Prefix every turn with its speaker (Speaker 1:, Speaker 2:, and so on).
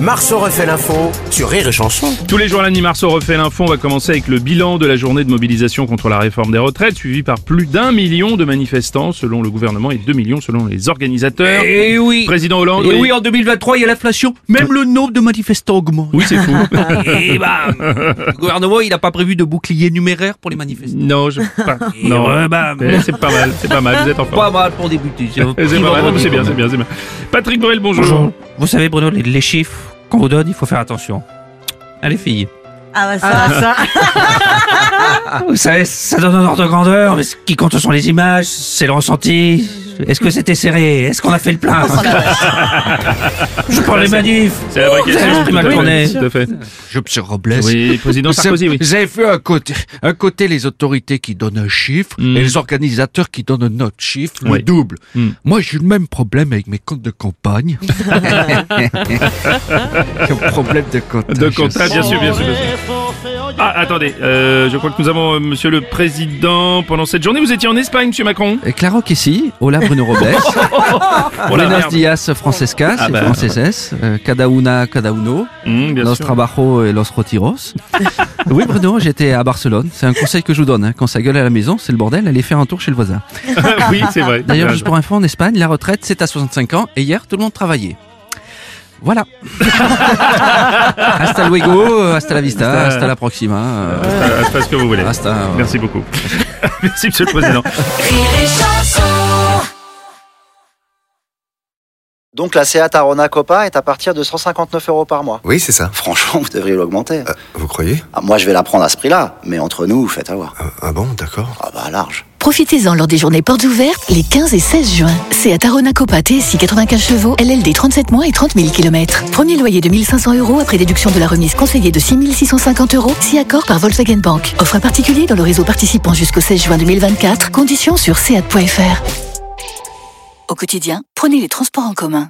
Speaker 1: Marceau refait l'info sur Rire et Chanson.
Speaker 2: Tous les jours, lundi Marceau refait l'info. On va commencer avec le bilan de la journée de mobilisation contre la réforme des retraites, suivi par plus d'un million de manifestants selon le gouvernement et deux millions selon les organisateurs.
Speaker 3: Eh oui
Speaker 2: Président Hollande.
Speaker 3: Et oui, en 2023, il y a l'inflation. Même le nombre de manifestants augmente.
Speaker 2: Oui, c'est fou.
Speaker 3: Eh ben, le gouvernement, il n'a pas prévu de bouclier numéraire pour les manifestants.
Speaker 2: non, je. Pas, non.
Speaker 3: ouais, bah,
Speaker 2: Eh, c'est pas mal, c'est pas mal. Vous êtes en forme.
Speaker 3: Pas mal pour débuter. C'est
Speaker 2: Eh, C'est pas mal, non, mais c'est bien, c'est bien, c'est bien. Patrick Bruel, bonjour.
Speaker 3: Bonjour. Vous savez, Bruno, les, les chiffres qu'on vous donne, il faut faire attention. Allez, filles.
Speaker 4: Ah bah ça,
Speaker 3: Vous savez, ça donne un ordre de grandeur, mais ce qui compte, ce sont les images, c'est le ressenti. Est-ce que c'était serré Est-ce qu'on a fait le
Speaker 4: Ah,
Speaker 3: plein Je prends les manifs.
Speaker 2: C'est la vraie
Speaker 3: Vous avez
Speaker 2: question.
Speaker 3: l'esprit mal
Speaker 2: Oui,
Speaker 3: tourné.
Speaker 2: Tout à fait.
Speaker 5: Je Monsieur Robles.
Speaker 2: Oui, président
Speaker 5: Vous
Speaker 2: Sarkozy, oui.
Speaker 5: avez fait un côté, un côté les autorités qui donnent un chiffre
Speaker 2: Mm.
Speaker 5: et les organisateurs qui donnent un autre chiffre, le
Speaker 2: Oui.
Speaker 5: double.
Speaker 2: Mm.
Speaker 5: Moi, j'ai eu le même problème avec mes comptes de campagne. J'ai un problème de comptage.
Speaker 2: De comptage, bien sûr, bien sûr. bien sûr. Ah, attendez, euh, je crois que nous avons euh, Monsieur le Président. Pendant cette journée, vous étiez en Espagne, Monsieur Macron.
Speaker 6: Et Claro que si, hola Bruno Robles,
Speaker 3: Ah,
Speaker 2: Oh la
Speaker 6: buenos
Speaker 2: merde.
Speaker 6: dias francescas
Speaker 2: Ah
Speaker 6: et
Speaker 2: bah.
Speaker 6: franceses, euh, cada una, cada uno,
Speaker 2: Hum, bien
Speaker 6: los
Speaker 2: sûr.
Speaker 6: trabajo et los retiros. oui Bruno, j'étais à Barcelone, c'est un conseil que je vous donne, hein. quand ça gueule à la maison, c'est le bordel, allez faire un tour chez le voisin.
Speaker 2: oui, c'est vrai.
Speaker 6: D'ailleurs,
Speaker 2: Bien
Speaker 6: juste pour info, en Espagne, la retraite c'est à 65 ans et hier tout le monde travaillait. Voilà. hasta luego, hasta la vista, hasta la proxima, euh,
Speaker 2: Euh, Faites ce que vous voulez.
Speaker 3: Ah,
Speaker 6: hasta... euh,
Speaker 2: Merci beaucoup. Merci, Monsieur le Président.
Speaker 7: Donc la Seat Arona Copa est à partir de 159 euros par mois.
Speaker 8: Oui, c'est ça.
Speaker 7: Franchement, vous devriez l'augmenter.
Speaker 8: Vous croyez
Speaker 7: Ah, moi, je vais la prendre à ce prix-là, mais entre nous, faites avoir.
Speaker 8: Ah, Ah bon, d'accord.
Speaker 7: Ah bah large.
Speaker 9: Profitez-en lors des journées portes ouvertes les 15 et 16 juin. C'est à Tarona Copa TSI 95 chevaux, LLD 37 mois et 30 000 km. Premier loyer de 1500 euros après déduction de la remise conseillée de 6650 euros, si accord par Volkswagen Bank. Offre à particulier dans le réseau participant jusqu'au 16 juin 2024. Conditions sur seat.fr. Au quotidien, prenez les transports en commun.